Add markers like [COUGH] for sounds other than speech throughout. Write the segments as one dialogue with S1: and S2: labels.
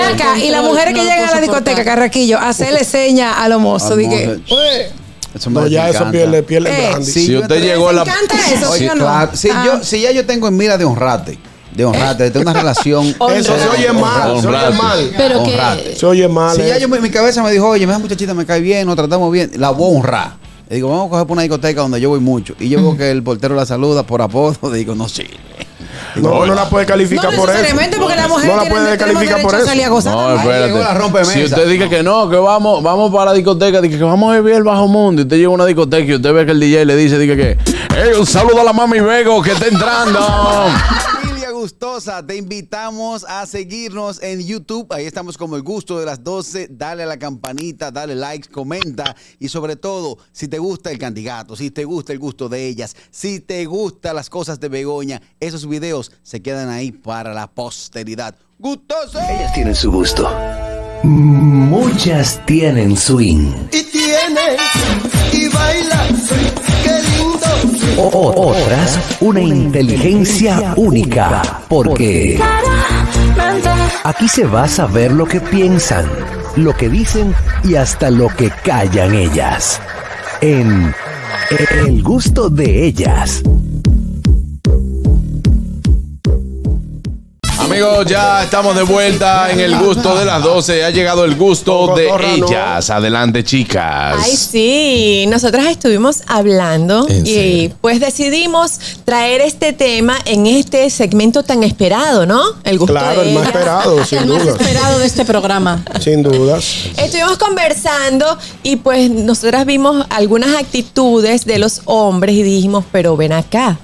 S1: acá, y las mujeres que llegan a la discoteca, Carraquillo, hacerle señas a los mozos.
S2: eh,
S1: Dije,
S3: Eso me
S2: No, ya eso
S3: encanta.
S2: pierde, pierde
S1: Eh,
S2: brandy.
S3: Sí.
S4: Si
S3: yo
S4: usted
S3: te-
S4: llegó a la.
S1: ¿te encanta eso, sí o no?
S3: claro. Sí,
S1: Ah.
S3: yo, si ya yo tengo en mira de honrate, de honrate, de tener una
S1: [LAUGHS]
S3: relación.
S2: Eso se oye mal, se oye
S4: Honrate.
S2: mal.
S5: Pero que-
S3: Honrate.
S2: Se oye mal.
S3: Si ya
S2: eh.
S3: yo, me- mi cabeza me dijo, oye, esa muchachita me cae bien, nos tratamos bien, la voy a honrar. Y digo, vamos a coger por una discoteca donde yo voy mucho. Y yo veo que el portero la saluda por apodo. [LAUGHS] Digo, no sirve.
S2: No, no la puede
S1: no
S2: calificar por eso.
S1: necesariamente porque las mujeres
S2: No la
S1: tienen
S2: puede
S1: tenemos
S2: calificar
S1: derecho
S2: por
S1: a
S2: eso. eh.
S1: salir a gozar
S4: No,
S1: también.
S4: espérate.
S3: llegó la rompemesa.
S4: Si usted dice que no, que vamos, vamos para la discoteca, dice que vamos a vivir el bajo mundo. Y usted llega a una discoteca y usted ve que el DJ le dice, dice que, hey, un saludo a la mami Vego que está entrando.
S3: [LAUGHS] Familia gustosa, te invitamos a seguirnos en YouTube. Ahí estamos como el gusto de las 12. Dale a la campanita, dale like, comenta y sobre todo, si te gusta el candidato, si te gusta el gusto de ellas, si te gustan las cosas de Begoña, esos videos se quedan ahí para la posteridad. ¡Gustoso!
S6: Ellas tienen su gusto. Muchas tienen swing.
S7: y tiene y baila. Qué lindo.
S6: O- o- otras, una inteligencia única. Porque aquí se va a saber lo que piensan, lo que dicen y hasta lo que callan ellas. En El gusto de ellas.
S4: Amigos, ya estamos de vuelta en el gusto de las 12. Ha llegado el gusto de
S2: Cotorra, no.
S4: ellas. Adelante, chicas.
S8: Ay, sí, nosotras estuvimos hablando
S4: ¿En
S8: y
S4: serio?
S8: pues decidimos traer este tema en este segmento tan esperado, ¿no? El gusto
S2: Claro,
S8: de
S2: el más
S8: ellas.
S2: esperado, sin
S5: [LAUGHS] El más
S2: duda.
S5: esperado de este programa.
S2: Sin dudas.
S8: Estuvimos conversando y pues nosotras vimos algunas actitudes de los hombres y dijimos, pero ven acá.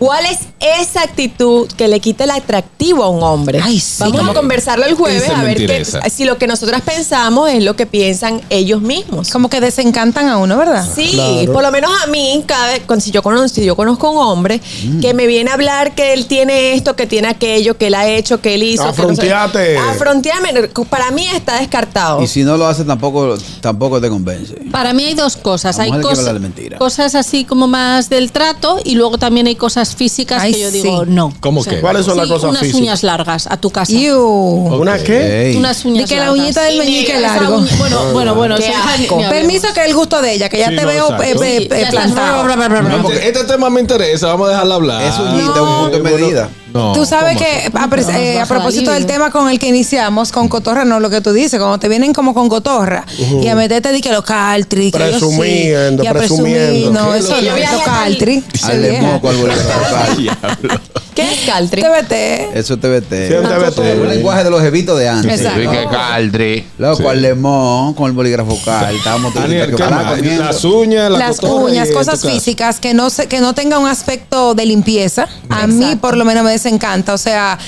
S8: ¿Cuál es esa actitud que le quita el atractivo a un hombre?
S1: Ay, sí.
S8: Vamos a conversarlo el jueves
S4: Esa es
S8: a ver
S4: mentira
S8: qué-
S4: esa.
S8: si lo que nosotras pensamos es lo que piensan ellos mismos.
S1: Como que desencantan a uno, ¿verdad?
S8: Sí,
S2: Claro.
S8: por lo menos a mí, cada vez, cuando- si, yo conozco, si yo conozco a un hombre
S3: Mm.
S8: que me viene a hablar que él tiene esto, que tiene aquello, que él ha hecho, que él hizo. que no sé-
S2: Afronteate.
S8: Afronteame, para mí está descartado.
S3: Y si no lo hace, tampoco, tampoco te convence.
S5: Para mí hay dos cosas.
S3: La
S5: Hay
S3: mujer que
S5: cosas,
S3: habla de mentira.
S5: cosas así como más del trato y luego también hay cosas físicas
S1: Ay,
S5: que yo
S1: sí.
S5: digo no.
S4: ¿Cómo qué?
S2: ¿Cuáles son las
S5: Sí,
S2: cosas
S5: unas
S2: físicas?
S5: uñas largas a tu casa.
S1: You.
S2: ¿Una qué?
S3: Ey.
S5: Unas uñas
S1: Y que la
S5: largas.
S1: uñita del meñique
S5: Esa
S1: largo.
S5: uña- Bueno, bueno, bueno.
S8: Qué
S5: eso ya ni-
S8: asco.
S5: ni hablemos.
S1: Permiso que el gusto de ella, que ya
S9: Sí,
S1: te
S9: no,
S1: veo
S9: exacto.
S1: eh,
S5: Sí,
S1: eh,
S5: ya estás-
S1: plantado.
S5: bla, bla, bla, bla,
S9: No,
S5: bla.
S9: porque este tema me interesa, vamos a dejarla hablar.
S3: Es uñita, un punto de medida.
S9: No.
S1: Tú sabes que a, pres-
S5: No, nos
S1: eh, a
S5: baja la
S1: propósito del
S5: libido.
S1: tema con el que iniciamos, con cotorra, no lo que tú dices, cuando te vienen como con cotorra y a meterte di que los caltri, que yo sí,
S2: Presumiendo,
S1: y a presumir,
S2: presumiendo.
S1: no,
S2: Que
S1: eso
S8: lo-
S1: no,
S8: Yo
S1: los
S8: viajé a
S1: caltri.
S3: Al de moco, al [LAUGHS] volver a la calle.
S8: ¿Qué es Caltri?
S1: Te vete.
S3: Eso te vete.
S2: Sí, un TBT.
S3: Un lenguaje de los jevitos de antes.
S1: Exacto.
S4: Dije, Caldri.
S3: Loco, al lemón, con el bolígrafo cal, estábamos todos
S9: Daniel, ¿qué
S3: que
S9: más?
S3: comiendo.
S9: Las uñas, la
S1: Las
S9: cotorra y
S1: uñas,
S9: en tu
S1: cosas
S9: casa.
S1: físicas que no se, que no tenga un aspecto de limpieza, a mí por lo menos me desencanta, o sea,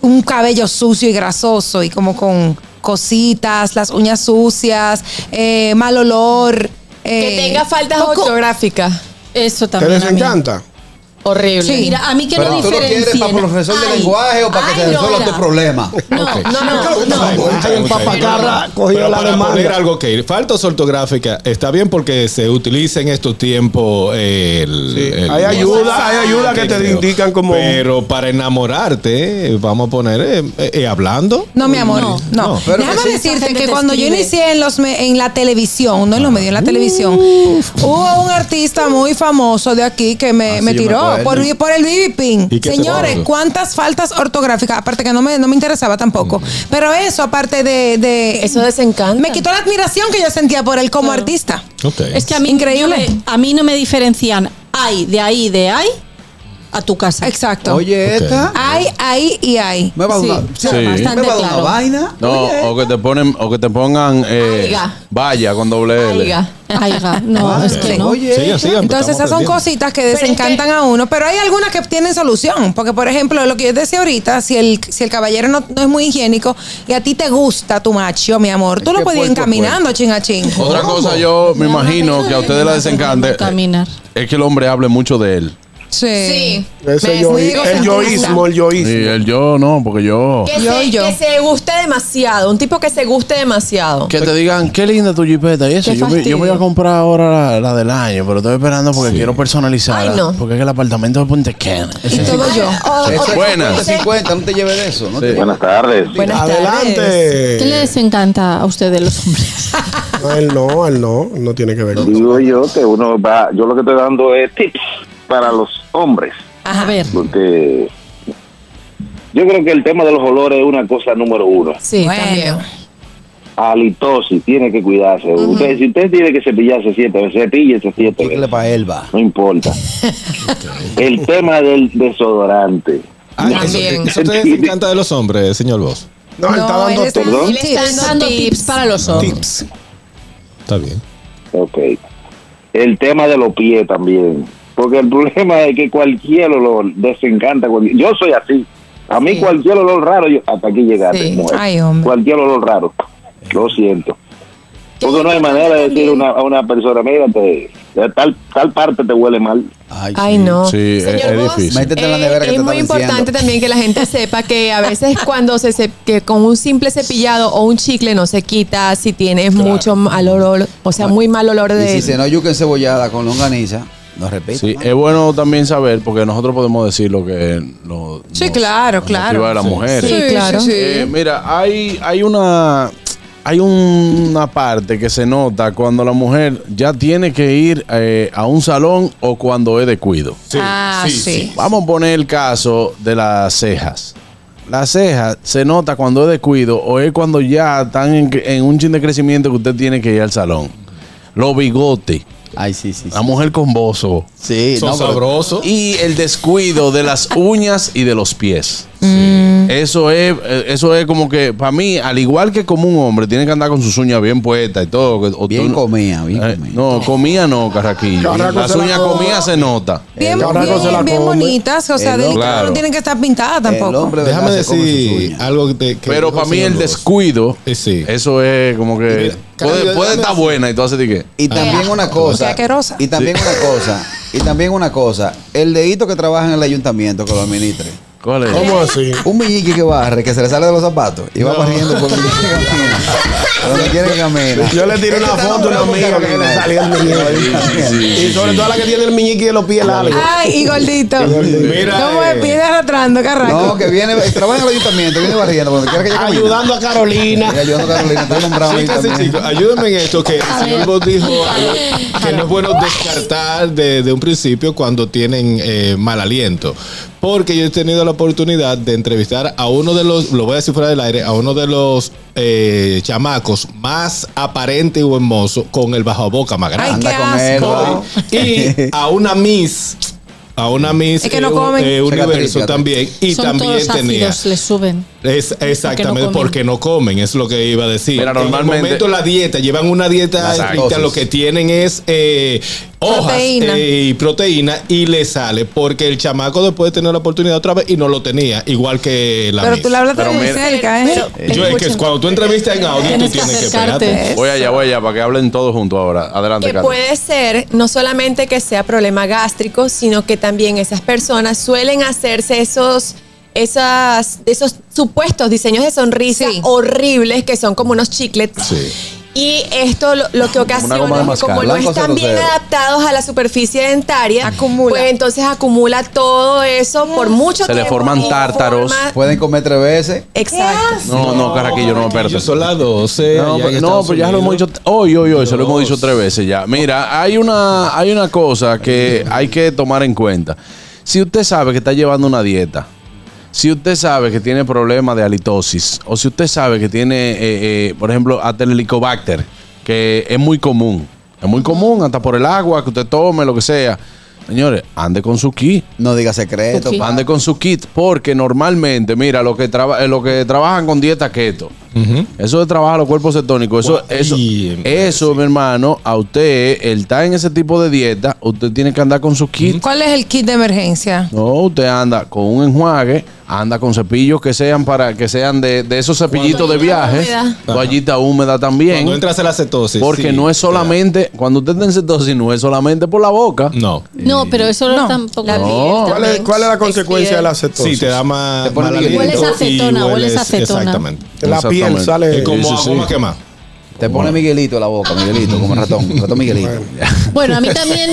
S1: un cabello sucio y grasoso y como con cositas, las uñas sucias, eh, mal olor,
S8: Que
S1: eh,
S8: tenga faltas
S1: poco-
S8: ortográficas.
S5: Eso
S2: ¿Te
S5: también. a mí.
S2: desencanta?
S8: Horrible.
S1: Sí.
S5: Mira, a mí que
S3: Pero
S5: no
S3: tú lo quieres
S5: diferencien.
S3: para profesor de
S5: Ay,
S3: lenguaje o para que
S5: ay,
S3: te
S5: no,
S3: resuelva
S5: mira.
S3: tu problema.
S5: No,
S9: Ok.
S5: no, no, no.
S9: Hay un
S2: papacarra cogido
S9: Pero
S2: la
S9: para
S2: demanda.
S9: poner algo que faltas ortográficas está bien porque se utiliza en estos tiempos eh, el, el-
S2: Hay ayuda, hay ayuda que te
S9: creo.
S2: indican como-
S9: Pero para enamorarte, eh, vamos a poner eh, eh, hablando.
S1: No, mi amor, no.
S5: No,
S9: no.
S3: Pero
S1: Déjame
S5: que sí, esa
S1: decirte
S5: gente
S1: que
S5: te
S1: cuando yo
S5: escribe.
S1: inicié en, los me- en la televisión, no en los medios, en la televisión, hubo un artista muy famoso de aquí que me,
S3: Ah,
S1: me
S3: sí, yo me
S1: tiró
S3: acuerdo.
S1: por, mi- por el BB Pin.
S9: ¿Y qué te
S1: Señores,
S9: pasó?
S1: ¿cuántas faltas ortográficas? Aparte que no me, no me interesaba tampoco. Pero eso, aparte de, de-
S8: Eso desencanta.
S1: Me quitó la admiración que yo sentía por él como artista.
S9: Ok.
S5: Es que a mí,
S1: Increíble.
S5: yo me- a mí no me diferencian ay de ahí de ay a tu casa.
S1: Exacto.
S3: Oye,
S9: Ok.
S3: esta.
S1: Hay, hay y hay.
S3: Me va a
S5: Sí,
S3: dar
S5: sí,
S3: Me
S5: bastante
S3: va a dar una
S5: claro.
S3: vaina.
S4: No, o que te ponen, o que te pongan eh,
S8: Aiga.
S4: vaya con doble L.
S8: Oiga.
S5: Ay, ga,
S3: Ah,
S5: no, es que no.
S3: Oye,
S9: Sigan, sigan,
S1: Entonces
S9: estamos
S1: esas son
S9: aprendiendo.
S1: cositas que
S8: es que-
S1: desencantan a uno, pero hay algunas que tienen solución, porque por ejemplo, lo que yo decía ahorita, si el, si el caballero no, no es muy higiénico y a ti te gusta tu macho, mi amor, tú
S3: Es
S1: lo
S3: que
S1: puedes ir
S3: puerco,
S1: encaminando chin a chin.
S4: Otra cosa yo me
S5: Ya,
S4: imagino
S5: no,
S4: que a
S5: no,
S4: ustedes
S5: no,
S4: la
S5: no,
S4: desencante
S9: eh,
S5: no, caminar.
S4: es que el hombre hable mucho de él.
S1: Sí.
S2: Ese
S8: Ves,
S2: yo,
S8: muy digo,
S2: el
S8: se
S2: yoísmo, el
S4: Y
S2: yoísmo.
S4: el yo no, porque yo.
S8: Que,
S1: Yo
S8: se,
S1: y yo.
S8: que se guste demasiado, un tipo que se guste demasiado.
S4: Que te digan, qué linda tu jipeta y eso.
S8: Qué
S4: Yo me, yo me voy a
S8: fastidio.
S4: comprar ahora la, la del año, pero estoy esperando porque quiero personalizarla.
S8: Ay, no.
S4: Porque es que el apartamento de Punta Cana.
S1: Y todo yo.
S3: Eso es
S4: buena.
S3: 50, 50, no te lleves de eso. No te lleves.
S10: Buenas tardes.
S8: Buenas tardes.
S2: Adelante.
S5: ¿Qué les encanta a ustedes los hombres?
S2: No, él no, él no, no tiene que ver con eso.
S10: Digo yo que uno va, yo lo que estoy dando es tips para los hombres,
S5: A ver.
S10: porque yo creo que el tema de los olores es una cosa número uno.
S8: Sí,
S1: Bueno.
S8: también.
S10: Halitosis, tiene que cuidarse. Usted, si usted tiene que cepillarse siete veces, cepíllese siete
S3: Chicle
S10: veces.
S3: para él va.
S10: No importa. el tema del desodorante.
S9: Ah, eso-
S8: También.
S10: [LAUGHS]
S9: Eso te encanta de los hombres, señor Vos.
S2: No, él está
S1: No,
S2: dando
S1: él está-
S10: Perdón.
S1: él
S8: Él está
S1: está-
S5: Dando tips para los hombres.
S2: tips.
S9: Está bien.
S10: Ok. El tema de los pies también. Porque el problema es que cualquier olor desencanta. cualquier- Yo soy así. A mí
S8: Sí.
S10: cualquier olor raro, yo, hasta aquí llegaste.
S8: Sí.
S10: mujer.
S1: Ay, hombre.
S10: Cualquier olor raro. Lo siento.
S8: ¿Qué
S10: Porque no hay
S8: importante
S10: manera de decir una,
S8: también?
S10: a una persona, mira, te- de tal, tal parte te huele mal.
S8: Ay,
S3: sí.
S8: no.
S4: Sí, es-
S8: Señor
S4: es
S8: Bosch,
S4: difícil.
S3: Métete en la nevera que
S8: es
S3: te
S8: muy
S3: estaba
S8: importante
S3: diciendo.
S8: también que la
S3: [LAUGHS]
S8: gente sepa que a veces cuando se, se- que con un simple cepillado o un chicle no se quita si tienes mucho mal olor, o sea, muy mal olor
S3: Y si
S8: de
S3: se no yuca cebollada con longaniza, no repito.
S4: Sí, es bueno también saber, porque nosotros podemos decir lo que lo,
S1: Sí,
S4: nos-
S1: claro,
S4: nos
S1: claro.
S4: motiva de las
S1: Sí.
S4: mujeres.
S8: Sí, claro.
S1: sí, sí.
S4: Eh, mira, hay, hay una hay una parte que se nota cuando la mujer ya tiene que ir eh, a un salón o cuando es de cuido.
S1: ah, sí.
S4: Vamos a poner el caso de las cejas. Las cejas se nota cuando es descuido o es cuando ya están en, cre- en un chin de crecimiento que usted tiene que ir al salón. Los bigotes,
S3: Ay, sí, sí.
S4: la mujer con bozo
S3: Sí,
S9: eh, Son
S3: pero-
S9: sabrosos.
S4: y el descuido de las uñas y de los pies. Eso es, eh, eso es como que para mí, al igual que como un hombre, tiene que andar con sus uñas bien puestas y todo. que- o
S3: Bien
S4: tú-
S3: comía, bien
S4: Eh,
S3: comía.
S4: no, comía no, carraquillo.
S2: Carraco
S4: las
S2: se la
S4: uñas
S2: come.
S4: comidas se nota.
S1: Bien,
S2: El hombre
S1: bien-
S2: se la
S1: bien
S2: come.
S1: bonitas, o sea,
S3: El hombre-
S1: delicadas,
S4: Claro.
S1: no tienen que estar pintadas
S3: El
S1: tampoco.
S3: hombre, ¿verdad?
S9: Déjame
S3: se come sus
S9: decir
S3: uñas.
S9: algo de- que.
S4: Pero para mí el
S9: descuido
S4: descuido,
S9: Eh, sí.
S4: eso es como que
S3: Eh,
S9: Mira,
S4: puede,
S9: cambio,
S4: puede
S9: déjame
S4: estar
S9: decir-
S4: buena y tú haces de qué.
S3: Y también una cosa.
S1: Ah. asquerosa.
S3: Y también una cosa. Y también una cosa. El dedito que trabaja en el ayuntamiento que lo administre.
S4: ¿Cuál es?
S2: ¿Cómo así?
S3: Un milliqui que barre, que se le sale de los zapatos y va barriendo por donde quiera que camina. Por donde
S2: [LAUGHS]
S3: quiera que camina.
S2: Yo le tiré
S3: Es que
S2: una
S3: está
S2: foto a una
S3: enamorado porque lo
S2: amiga que le
S3: camina.
S2: salía el meñique. Y sobre todo la que tiene el meñique de los
S3: Ah,
S2: pies largos.
S1: Ay, y gordito.
S9: Mira,
S1: ¿Cómo me
S9: eh.
S1: viene arrastrando, carraco?
S3: No, que viene, trabaja en el ayuntamiento, viene barriendo por donde quiera que ella camina.
S2: Ayudando a Carolina.
S3: Mira, ayudando a Carolina, está nombrado ahí
S9: Chicas y
S3: también.
S9: chicos, ayúdenme en esto, que el señor Bot dijo algo que no es bueno descartar de, de un principio cuando tienen eh, mal aliento. Porque yo he tenido la oportunidad de entrevistar a uno de los, lo voy a decir fuera del aire, a uno de los eh, chamacos más aparente y buen mozo con el bajo boca más
S1: Ay,
S9: grande.
S1: qué
S3: Anda con él,
S1: asco.
S4: [LAUGHS]
S3: [LAUGHS]
S9: Y a una Miss, a una Miss
S1: Es que no
S9: eh,
S1: comen.
S9: eh,
S3: Fíjate,
S9: universo
S3: fíjate.
S9: también. Y
S5: Son
S9: también
S5: todos
S9: tenía.
S5: ácidos, les suben.
S9: Es, exactamente,
S5: comen.
S9: porque no comen, es lo que iba a decir.
S4: Mira,
S9: en
S4: normalmente-
S9: el momento la dieta, llevan una dieta
S4: Las
S9: estricta,
S3: lactosas.
S9: lo que tienen es eh, hojas
S1: Proteína.
S9: eh, y proteína y le sale, porque el chamaco después de tener la oportunidad otra vez y no lo tenía, igual que la
S1: Pero
S9: mía.
S1: tú la hablas
S4: Pero
S1: muy
S4: mira-
S1: cerca, ¿eh?
S5: Pero-
S9: Yo es que
S5: escuchen,
S9: cuando tú entrevistas en audio, tú
S5: Tienes que
S9: tienes que
S5: acercarte.
S9: pegarte.
S4: Voy allá, voy allá, para que hablen todos juntos ahora. Adelante,
S8: que
S4: Carla.
S8: puede ser no solamente que sea problema gástrico, sino que también esas personas suelen hacerse esos esas esos supuestos diseños de sonrisa
S1: Sí.
S8: horribles que son como unos chiclets.
S9: Sí.
S8: Y esto lo, lo que ocasiona,
S3: goma
S8: es
S3: de
S8: que
S3: mascar,
S8: como no
S3: blanco
S8: están
S3: cero
S8: bien
S3: cero.
S8: adaptados a la superficie dentaria,
S1: Acumula.
S8: pues entonces acumula todo eso por mucho
S4: Se le
S8: tiempo.
S4: forman
S8: y
S4: tártaros.
S8: forma-
S3: Pueden comer tres veces.
S8: Exacto.
S4: No, no, Carraquillo, no, espérate.
S9: Yo son las 12. allá en
S4: No, pero, no,
S9: Estados
S4: pero ya lo hemos
S9: Unidos.
S4: dicho hoy, hoy, hoy, se lo hemos dicho tres veces ya. Mira, hay una, hay una cosa que hay que tomar en cuenta. Si usted sabe que está llevando una dieta, si usted sabe que tiene problemas de halitosis, o si usted sabe que tiene, eh, eh, por ejemplo, Atelicobacter, que es muy común, es muy común, hasta por el agua que usted tome, lo que sea. Señores, ande con su ki.
S3: No diga secreto.
S5: Sí.
S3: pa.
S4: Ande con su kit, porque normalmente, mira, los que, traba- eh, los que trabajan con dieta keto, Eso de trabajar los cuerpos cetónicos, eso, eso, eso, mi hermano, a usted, el está en ese tipo de dieta, usted tiene que andar con sus kits.
S1: ¿Cuál es el kit de emergencia?
S4: No, usted anda con un enjuague, anda con cepillos que sean para que sean de, de esos cepillitos de
S5: Toallita
S4: viaje,
S5: húmeda.
S4: toallita húmeda también.
S9: Cuando entras en la cetosis,
S4: Porque
S9: sí,
S4: no es solamente, cuando usted está en cetosis, no es solamente por la boca.
S9: No.
S5: No, pero eso no, tampoco.
S9: No.
S2: ¿Cuál es, cuál es la consecuencia de la cetosis?
S9: Sí, te da más.
S4: Te pone
S9: mal
S4: bien.
S9: aliento
S5: Hueles a acetona,
S9: y
S5: hueles a acetona.
S9: Exactamente.
S2: La piel
S4: Exactamente.
S2: sale.
S9: Es como
S4: Sí, sí,
S9: a
S4: sí.
S9: goma quemada.
S3: Te pone Miguelito en la boca, Miguelito, como ratón, ratón Miguelito.
S5: Bueno, a mí [LAUGHS] también.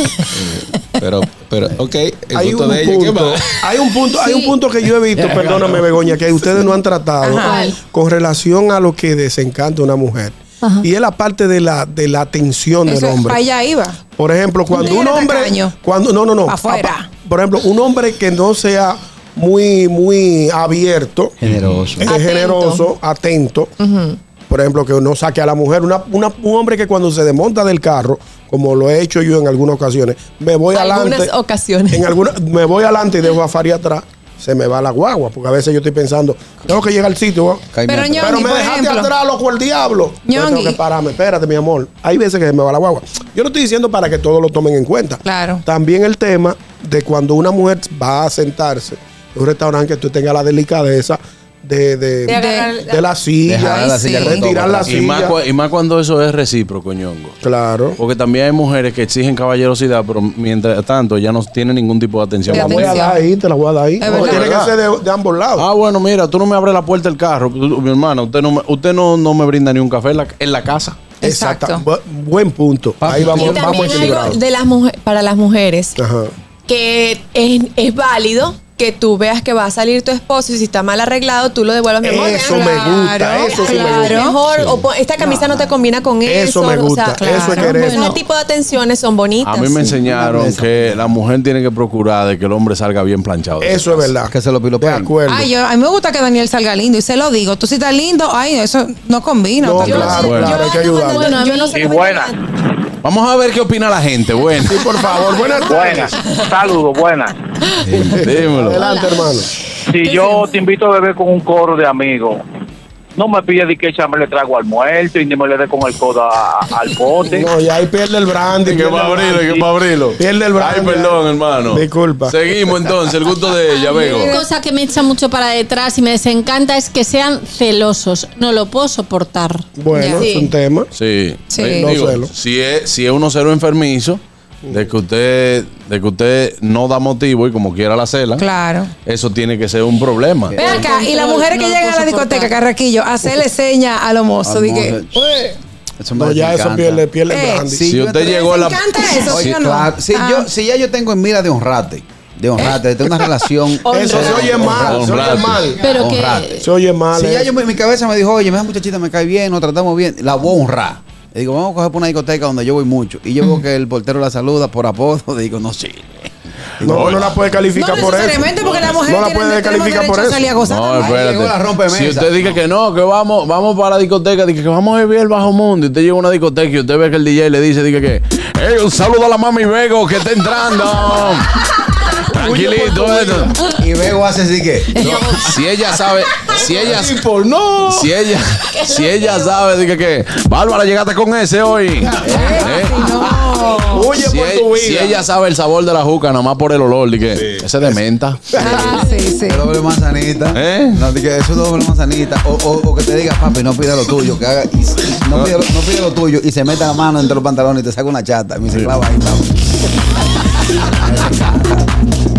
S9: Pero, pero, ok. El
S2: Hay
S9: gusto
S2: un,
S9: de ella
S2: punto, [LAUGHS]
S9: quemada.
S2: hay un punto, hay un punto que yo he
S9: [LAUGHS]
S2: visto, perdóname Begoña, que ustedes no han tratado
S5: Ajá. ¿Cuál?
S2: con relación a lo que desencanta una mujer.
S5: Ajá.
S2: Y es la parte de la de la atención del
S1: Eso,
S2: hombre.
S1: Para allá iba.
S2: Por ejemplo, cuando
S1: tigre
S2: un hombre.
S1: tacaño.
S2: Cuando, no, no, no.
S1: Pa' afuera.
S2: Por ejemplo, un hombre que no sea muy, muy abierto,
S3: Generoso.
S2: eh,
S5: Atento.
S2: generoso, atento. Por ejemplo, que no saque a la mujer. Una, una- un hombre que cuando se desmonta del carro, como lo he hecho yo en algunas ocasiones, me voy
S8: Algunas
S2: adelante.
S8: ocasiones.
S2: En alguna, me voy adelante y dejo a Faria atrás. Se me va la guagua, porque a veces yo estoy pensando, tengo que llegar al sitio. ¿eh?
S1: Pero
S3: Caimete.
S2: Pero
S1: Ñongui,
S2: me
S1: por
S2: dejaste
S1: ejemplo.
S2: atrás, loco, el diablo. Yo tengo
S1: Ñongui.
S2: que pararme. Espérate, mi amor. Hay veces que se me va la guagua. Yo no estoy diciendo para que todos lo tomen en cuenta.
S1: Claro.
S2: También el tema de cuando una mujer va a sentarse en un restaurante que tú tengas la delicadeza de, de,
S8: De agarrar-
S2: de- de la silla,
S3: Dejar
S1: la silla
S2: retirar
S3: retomada.
S2: la
S4: Y
S2: silla.
S4: más, cua- y más cuando eso es recíproco, ñongo.
S2: Claro.
S4: Porque también hay mujeres que exigen caballerosidad, pero mientras tanto ya no tienen ningún tipo de atención.
S2: Te la voy a dar ahí, te la voy a dar ahí.
S1: Es
S2: No,
S1: verdad.
S2: tiene que
S4: ¿Verdad?
S2: ser de, de ambos lados.
S4: Ah, bueno, mira, tú no me abres la puerta del carro, Tú- mi hermana. Usted no me, usted no, no me brinda ni un café en la, en la casa.
S1: Exacto.
S2: Bu- Buen punto. Ahí
S8: Y
S2: vamos, vamos
S8: también
S2: equilibrados.
S8: algo de las mujer- para las mujeres,
S2: Ajá.
S8: que es, es válido que tú veas que va a salir tu esposo y si está mal arreglado, tú lo devuelvas. Mi amor,
S2: Eso
S8: ven
S2: me
S8: acá.
S2: gusta,
S1: Claro,
S2: eso sí me
S1: claro.
S2: gusta.
S8: Mejor, o pon- esta camisa no, te combina con
S2: Eso
S8: eso.
S2: me gusta,
S8: O sea,
S2: eso es
S8: claro.
S2: querer.
S8: Ese
S2: Bueno.
S8: tipo de atenciones son bonitas.
S4: A mí me enseñaron
S3: Esa.
S4: que la mujer tiene que procurar de que el hombre salga bien planchado. de
S2: Eso
S4: su
S2: es
S4: casa.
S2: verdad.
S3: Que se lo
S2: De
S3: pilopean.
S2: acuerdo.
S1: Ay, yo, a mí me gusta que Daniel salga lindo y se lo digo. Tú si estás lindo, ay, eso no combina.
S2: No,
S1: Está
S4: Yo-
S2: claro,
S4: yo-
S2: claro, hay que ayudarlo.
S5: Bueno, a mí-
S8: yo no sé
S10: Y
S8: cómo
S10: buena.
S8: llegar.
S4: Vamos a ver qué opina la gente. Bueno,
S2: Sí, por favor,
S4: [LAUGHS]
S2: buenas
S10: Buena,
S2: tardes.
S10: saludos, buena.
S4: dímelo.
S2: Adelante, hermano.
S10: Si yo te invito a beber con un coro de amigos, no me pides de que echarme le trago al muerto y ni me le dé con el codo a- al bote.
S4: [LAUGHS]
S2: No, y ahí pierde el brandy.
S4: Que
S2: pierde
S4: para
S2: el
S4: abrirlo,
S2: brandy.
S4: que para abrirlo.
S2: Pierde el brazo.
S4: Ay, perdón, hermano.
S2: Disculpa.
S4: Seguimos entonces, el gusto de
S5: [LAUGHS]
S4: ella, Bego.
S5: Una cosa que me echa mucho para detrás y me desencanta es que sean celosos. No lo puedo soportar.
S2: Bueno,
S5: Sí.
S2: es un tema.
S4: Sí.
S1: Sí.
S4: Eh,
S2: No
S4: digo,
S2: celo.
S4: si es, si es uno cero enfermizo, de que usted, de que usted no da motivo y como quiera la cela,
S1: Claro.
S4: eso tiene que ser un problema.
S1: Ven acá, y las
S5: Control,
S1: mujeres que
S5: no
S1: llegan a la
S5: puedo
S1: discoteca,
S5: soportar.
S1: Carraquillo, hacerle señas a los mozos. di que,
S3: Hermoso. Eso me
S2: No, ya eso
S3: encanta.
S2: pierde, pierde
S1: Eh,
S2: el brandy.
S3: sí.
S4: si
S3: yo
S4: usted
S3: te-
S4: llegó a
S1: ¿Te
S4: la
S1: encanta eso?
S3: Oye,
S1: ¿sí o no?
S3: claro, si,
S1: Ah.
S3: yo, si ya yo tengo en mira de honrate, de honrate, de
S1: [LAUGHS]
S3: tener una relación.
S2: Eso se oye mal, se oye
S4: Honrado.
S2: mal.
S5: Pero que.
S3: Honrate.
S2: Se oye mal.
S3: Si ya
S2: eh.
S3: yo, mi cabeza me dijo, oye, esa muchachita me cae bien, nos tratamos bien, la voy a honrar. Le digo, vamos a coger por una discoteca donde yo voy mucho. Y yo veo que el portero la saluda por apodo. [LAUGHS] Digo, no, sí.
S2: No, no la puede
S1: No
S2: calificar por eso.
S1: necesariamente, porque la mujer
S2: No la
S1: tiene-
S2: puede
S1: tenemos
S2: calificar por
S1: derecho a
S2: eso.
S1: salir a gozar
S4: No,
S1: también.
S3: llegó la
S4: espérate.
S3: rompemesa.
S4: Si usted dice que no, que vamos, vamos para la discoteca, dice que vamos a beber el bajo mundo, y usted llega a una discoteca y usted ve que el DJ le dice, dice que, hey, un saludo a la mami Bego que está entrando. Tranquilito, esto.
S3: Y Bego hace así
S2: [LAUGHS]
S3: que.
S4: No, si ella sabe, si ella,
S9: Por no.
S4: si ella, si ella sabe, dice que, Bárbara, llegaste con ese hoy. Eh,
S2: Huye
S4: Si,
S2: por
S4: e-
S2: tu vida.
S4: si ella sabe el sabor de la juca, nada más por el olor, dije, ese de menta.
S1: Ah, sí,
S3: [LAUGHS]
S1: sí.
S3: Que doble manzanita.
S4: ¿Eh?
S3: No, di que eso es doble manzanita. O, o- o que te diga, papi, no pida lo tuyo. Que haga, y- y- no, pida lo, no pida lo tuyo. Y se meta la mano entre los pantalones y te saca una chata. Y me dice, clava ahí, clava.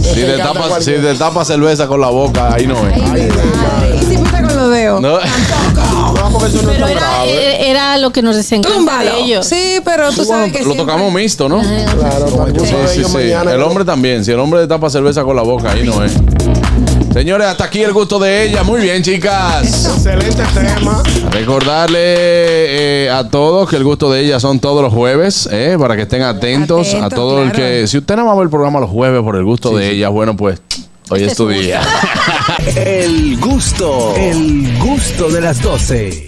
S4: Si te tapas, si te tapas cerveza con la boca, ahí no es.
S1: Ay, Y si fuiste con los dedos.
S4: No.
S2: No, porque eso no
S5: Pero
S2: está
S5: era,
S2: grave.
S5: era lo que nos desencanta de
S1: Túmbalo.
S5: ellos.
S1: Sí, pero tú sabes que
S4: Lo
S1: siempre-
S4: tocamos mixto, ¿no?
S2: Claro, para que
S4: Sí,
S2: ustedes
S4: sí,
S2: vengan
S4: sí.
S2: mañana.
S4: El hombre también. Si el hombre tapa cerveza con la boca, ahí no es. Señores, hasta aquí el gusto de ella. Muy bien, chicas.
S2: Excelente tema.
S4: Recordarle eh, a todos que el gusto de ella son todos los jueves, eh, para que estén atentos a
S1: Atentos,
S4: todo el
S1: claro.
S4: que... Si usted no va a ver el programa los jueves por el gusto de ella, bueno, pues hoy
S1: Este
S4: es tu día.
S6: El gusto, el gusto de las 12.